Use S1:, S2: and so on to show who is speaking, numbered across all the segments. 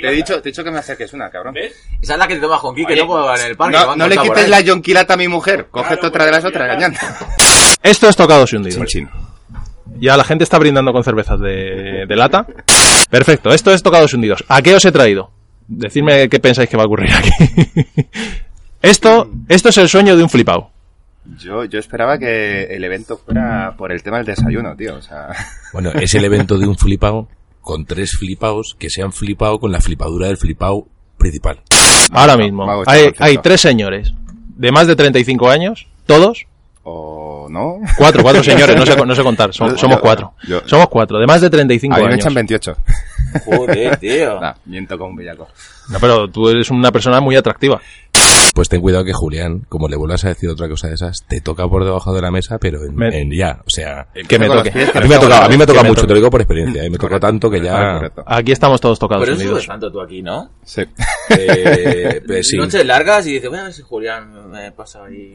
S1: Te he dicho, te he dicho que me acerques una, cabrón.
S2: ¿Ves?
S3: Esa es la que te tomas con Quique,
S2: Oye,
S3: luego en el parque. que
S1: No,
S3: van
S1: no le
S3: con ¿eh?
S1: quites la
S3: saborales.
S1: yonquilata a mi mujer. Cogete
S2: Claro,
S1: otra de las
S2: porque
S1: otras,
S2: ya-
S1: gañana.
S4: Esto es tocados y hundidos. Ya la gente está brindando con cervezas de, de lata. Perfecto, esto es tocados y hundidos. ¿A qué os he traído? Decidme qué pensáis que va a ocurrir aquí. esto, esto es el sueño de un flipado.
S1: Yo, yo esperaba que el evento fuera por el tema del desayuno, tío. O sea,
S5: Bueno, es el evento de un flipao con tres flipaos que se han flipado con la flipadura del flipao principal.
S4: Ahora mismo.
S1: me hago este
S4: Hay,
S1: concepto.
S4: hay tres señores de más de 35 años, todos.
S1: o no.
S4: Cuatro, cuatro señores, no sé, no sé contar. som-
S1: Yo-
S4: somos
S1: yo-
S4: cuatro.
S1: yo-
S4: Somos cuatro, de más de 35
S1: A mí me
S4: años.
S1: echan 28.
S3: Joder, tío.
S1: Nah, miento como un bellaco.
S4: No, pero tú eres una persona muy atractiva.
S5: Pues ten cuidado que Julián, como le vuelvas a decir otra cosa de esas, te toca por debajo de la mesa, pero en,
S4: Me-
S5: en ya, o sea...
S4: Que me
S1: Con los
S4: toque.
S1: pies, que
S5: A mí me ha tocado, a mí me ha
S4: Que
S5: tocado
S4: me
S5: mucho,
S4: toque.
S5: te lo digo por experiencia, ¿eh? me tocó tanto que
S1: Ah,
S5: ya...
S1: correcto.
S4: Aquí estamos todos tocados
S3: Por eso
S4: unidos.
S3: subes Pues tanto tú aquí, ¿no?
S1: Sí.
S3: Eh,
S5: Pues sí.
S3: Noches largas y dices, voy a ver si Julián me pasa ahí.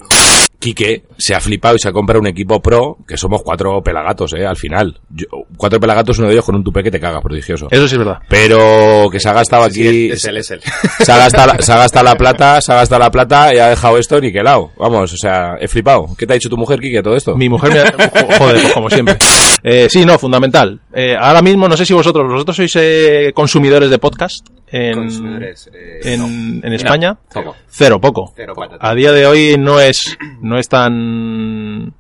S5: Quique se ha flipado y se ha comprado un equipo pro, que somos cuatro pelagatos, eh, al final. Yo- cuatro pelagatos, uno de ellos con un tupé que te cagas, prodigioso.
S4: Eso sí es verdad.
S5: Pero que se ha gastado aquí...
S1: Es él, es él.
S5: se ha, gastado, la- se ha gastado la plata, se ha gastado la plata y ha dejado esto niquelado. Vamos, o sea, he flipado. ¿Qué te ha dicho tu mujer, Kiki, a todo esto?
S4: Mi mujer me ha... jo- Joder, pues como siempre. Eh, sí, no, fundamental. Eh, ahora mismo, no sé si vosotros, vosotros sois eh, consumidores de podcast en,
S1: Consumidores, eh,
S4: en,
S1: no.
S4: en Ah, España.
S1: Poco.
S4: Cero, poco.
S1: Cero, patata.
S4: A día de hoy no es, no es tan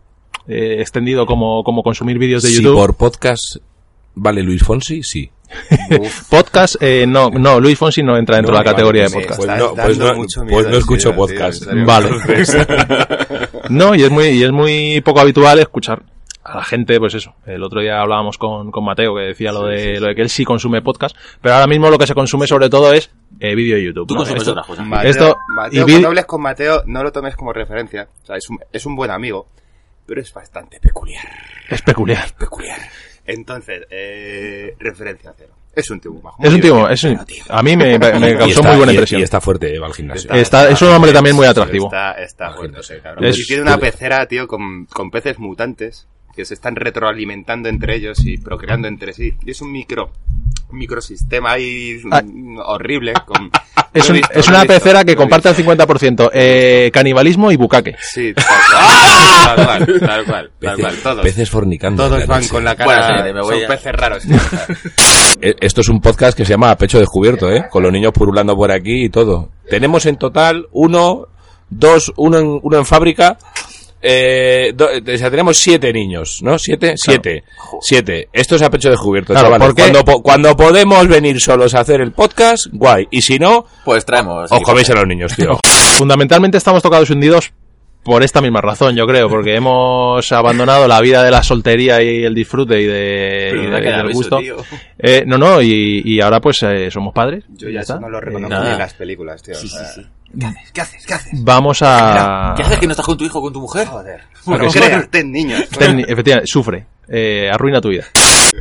S4: eh, extendido como, como consumir vídeos de
S5: si
S4: YouTube.
S5: por podcast vale Luis Fonsi, sí.
S4: Podcast, eh, no, no, Luis Fonsi no entra dentro
S5: No,
S4: de la
S5: vale,
S4: categoría
S5: sí,
S4: de podcast.
S5: Pues
S1: Estás
S5: no, pues
S1: dando
S5: no-
S1: mucho
S5: pues no escucho
S1: tío,
S5: podcast.
S1: en serio. Pues
S4: Vale. No, y es muy, y es muy poco habitual escuchar a la gente, pues eso. El otro día hablábamos con, con Mateo que decía lo de lo de que él sí consume podcast, pero ahora mismo lo que se consume sobre todo es eh, vídeo de YouTube.
S3: Tú
S4: ¿no?
S3: consumes
S4: Esto-
S3: otras cosas.
S1: Mateo,
S4: Esto-
S1: Mateo,
S4: y vi-
S1: cuando hables con Mateo, no lo tomes como referencia. O sea, es un, es un buen amigo, pero es bastante peculiar.
S4: Es peculiar.
S1: Peculiar. Entonces, eh, referencia cero. Es un tío muy bajo.
S4: es un tío, es un- a mí me, me
S5: Y
S4: causó
S5: está-
S4: muy buena
S5: y-
S4: impresión.
S5: Y está fuerte, eh, va al gimnasio.
S1: Está-
S4: Está- es un hombre también muy atractivo.
S1: Está, está fuerte, cabrón.
S4: Es-
S1: Y tiene una pecera, tío, con, con peces mutantes que se están retroalimentando entre ellos y procreando entre sí. Y es un micro un microsistema ahí
S4: Ah.
S1: mm, horrible. con- Lo he
S4: Es, un-
S1: visto,
S4: es
S1: lo he
S4: una
S1: visto,
S4: pecera que
S1: lo he
S4: comparte al
S1: visto.
S4: 50% eh, canibalismo y bucaque.
S1: Sí, tal cual, tal cual, tal cual, tal
S5: Peces,
S1: cual, todos.
S5: peces fornicando.
S1: Todos
S5: la
S1: van
S5: leche.
S1: con la
S3: Bueno,
S1: cara.
S3: gente, me voy
S1: son
S3: ya.
S1: peces raros. tío.
S5: Eh, Esto es un podcast que se llama A Pecho Descubierto, ¿eh? Con los niños purulando por aquí y todo. Tenemos en total uno, dos, uno en, uno en fábrica. Eh, do- o sea, tenemos siete niños, ¿no? Siete, siete, siete. Esto es a pecho descubierto,
S4: Claro,
S5: chavales.
S4: porque-
S5: Cuando, po- cuando podemos venir solos a hacer el podcast, guay. Y si no,
S3: Pues traemos.
S5: os coméis a los niños, tío.
S4: Fundamentalmente estamos tocados y hundidos por esta misma razón, yo creo, porque hemos abandonado la vida de la soltería y el disfrute y, de, y de- y del gusto. Eh, no, no, y, y ahora pues eh, somos padres.
S1: Yo
S4: y
S1: ya
S4: está. Eh,
S1: eso no lo reconozco
S3: Nada.
S1: ni en las películas, tío. o sea,
S3: ¿Qué haces? ¿Qué haces? ¿Qué haces?
S4: Vamos a...
S3: ¿Qué haces que no estás con tu hijo o con tu mujer?
S1: Joder.
S4: Porque
S1: No
S4: sí.
S1: crean, ten niños.
S4: Ten- efectivamente, sufre, eh, arruina tu vida.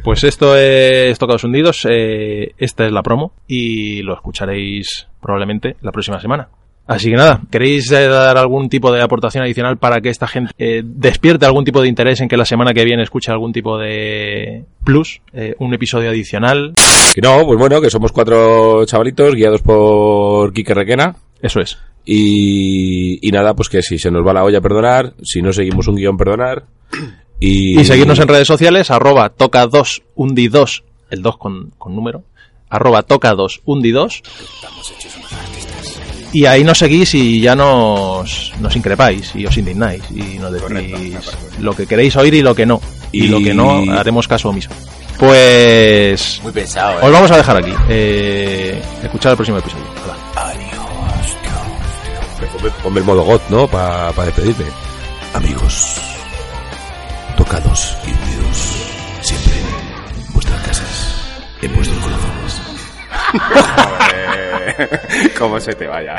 S4: Pues esto es Tocados Hundidos, eh, esta es la promo y lo escucharéis probablemente la próxima semana. Así que nada, ¿queréis eh, dar algún tipo de aportación adicional para que esta gente eh, despierte algún tipo de interés en que la semana que viene escuche algún tipo de plus, eh, un episodio adicional?
S5: Que no, pues bueno, que somos cuatro chavalitos guiados por Quique Requena.
S4: Eso es.
S5: Y, y nada, pues que si se nos va la olla, perdonar. Si no seguimos un guión, perdonar. Y,
S4: Y seguirnos en redes sociales, arroba toca 2 undi 2, el 2 con, con número, arroba toca 2 undi 2. Y ahí nos seguís y ya nos, nos increpáis y os indignáis y nos decís lo que queréis oír y lo que no. Y,
S5: Y-
S4: lo que no haremos caso omiso. Pues
S3: Muy pensado, ¿eh?
S4: os vamos a dejar aquí. Eh, escuchad el próximo episodio. Hola.
S5: Ponme, ponme el modo God, ¿no? Para despedirme. Amigos, tocados y unidos, siempre en vuestras casas, en vuestros corazones.
S1: Cómo se pues, te vaya.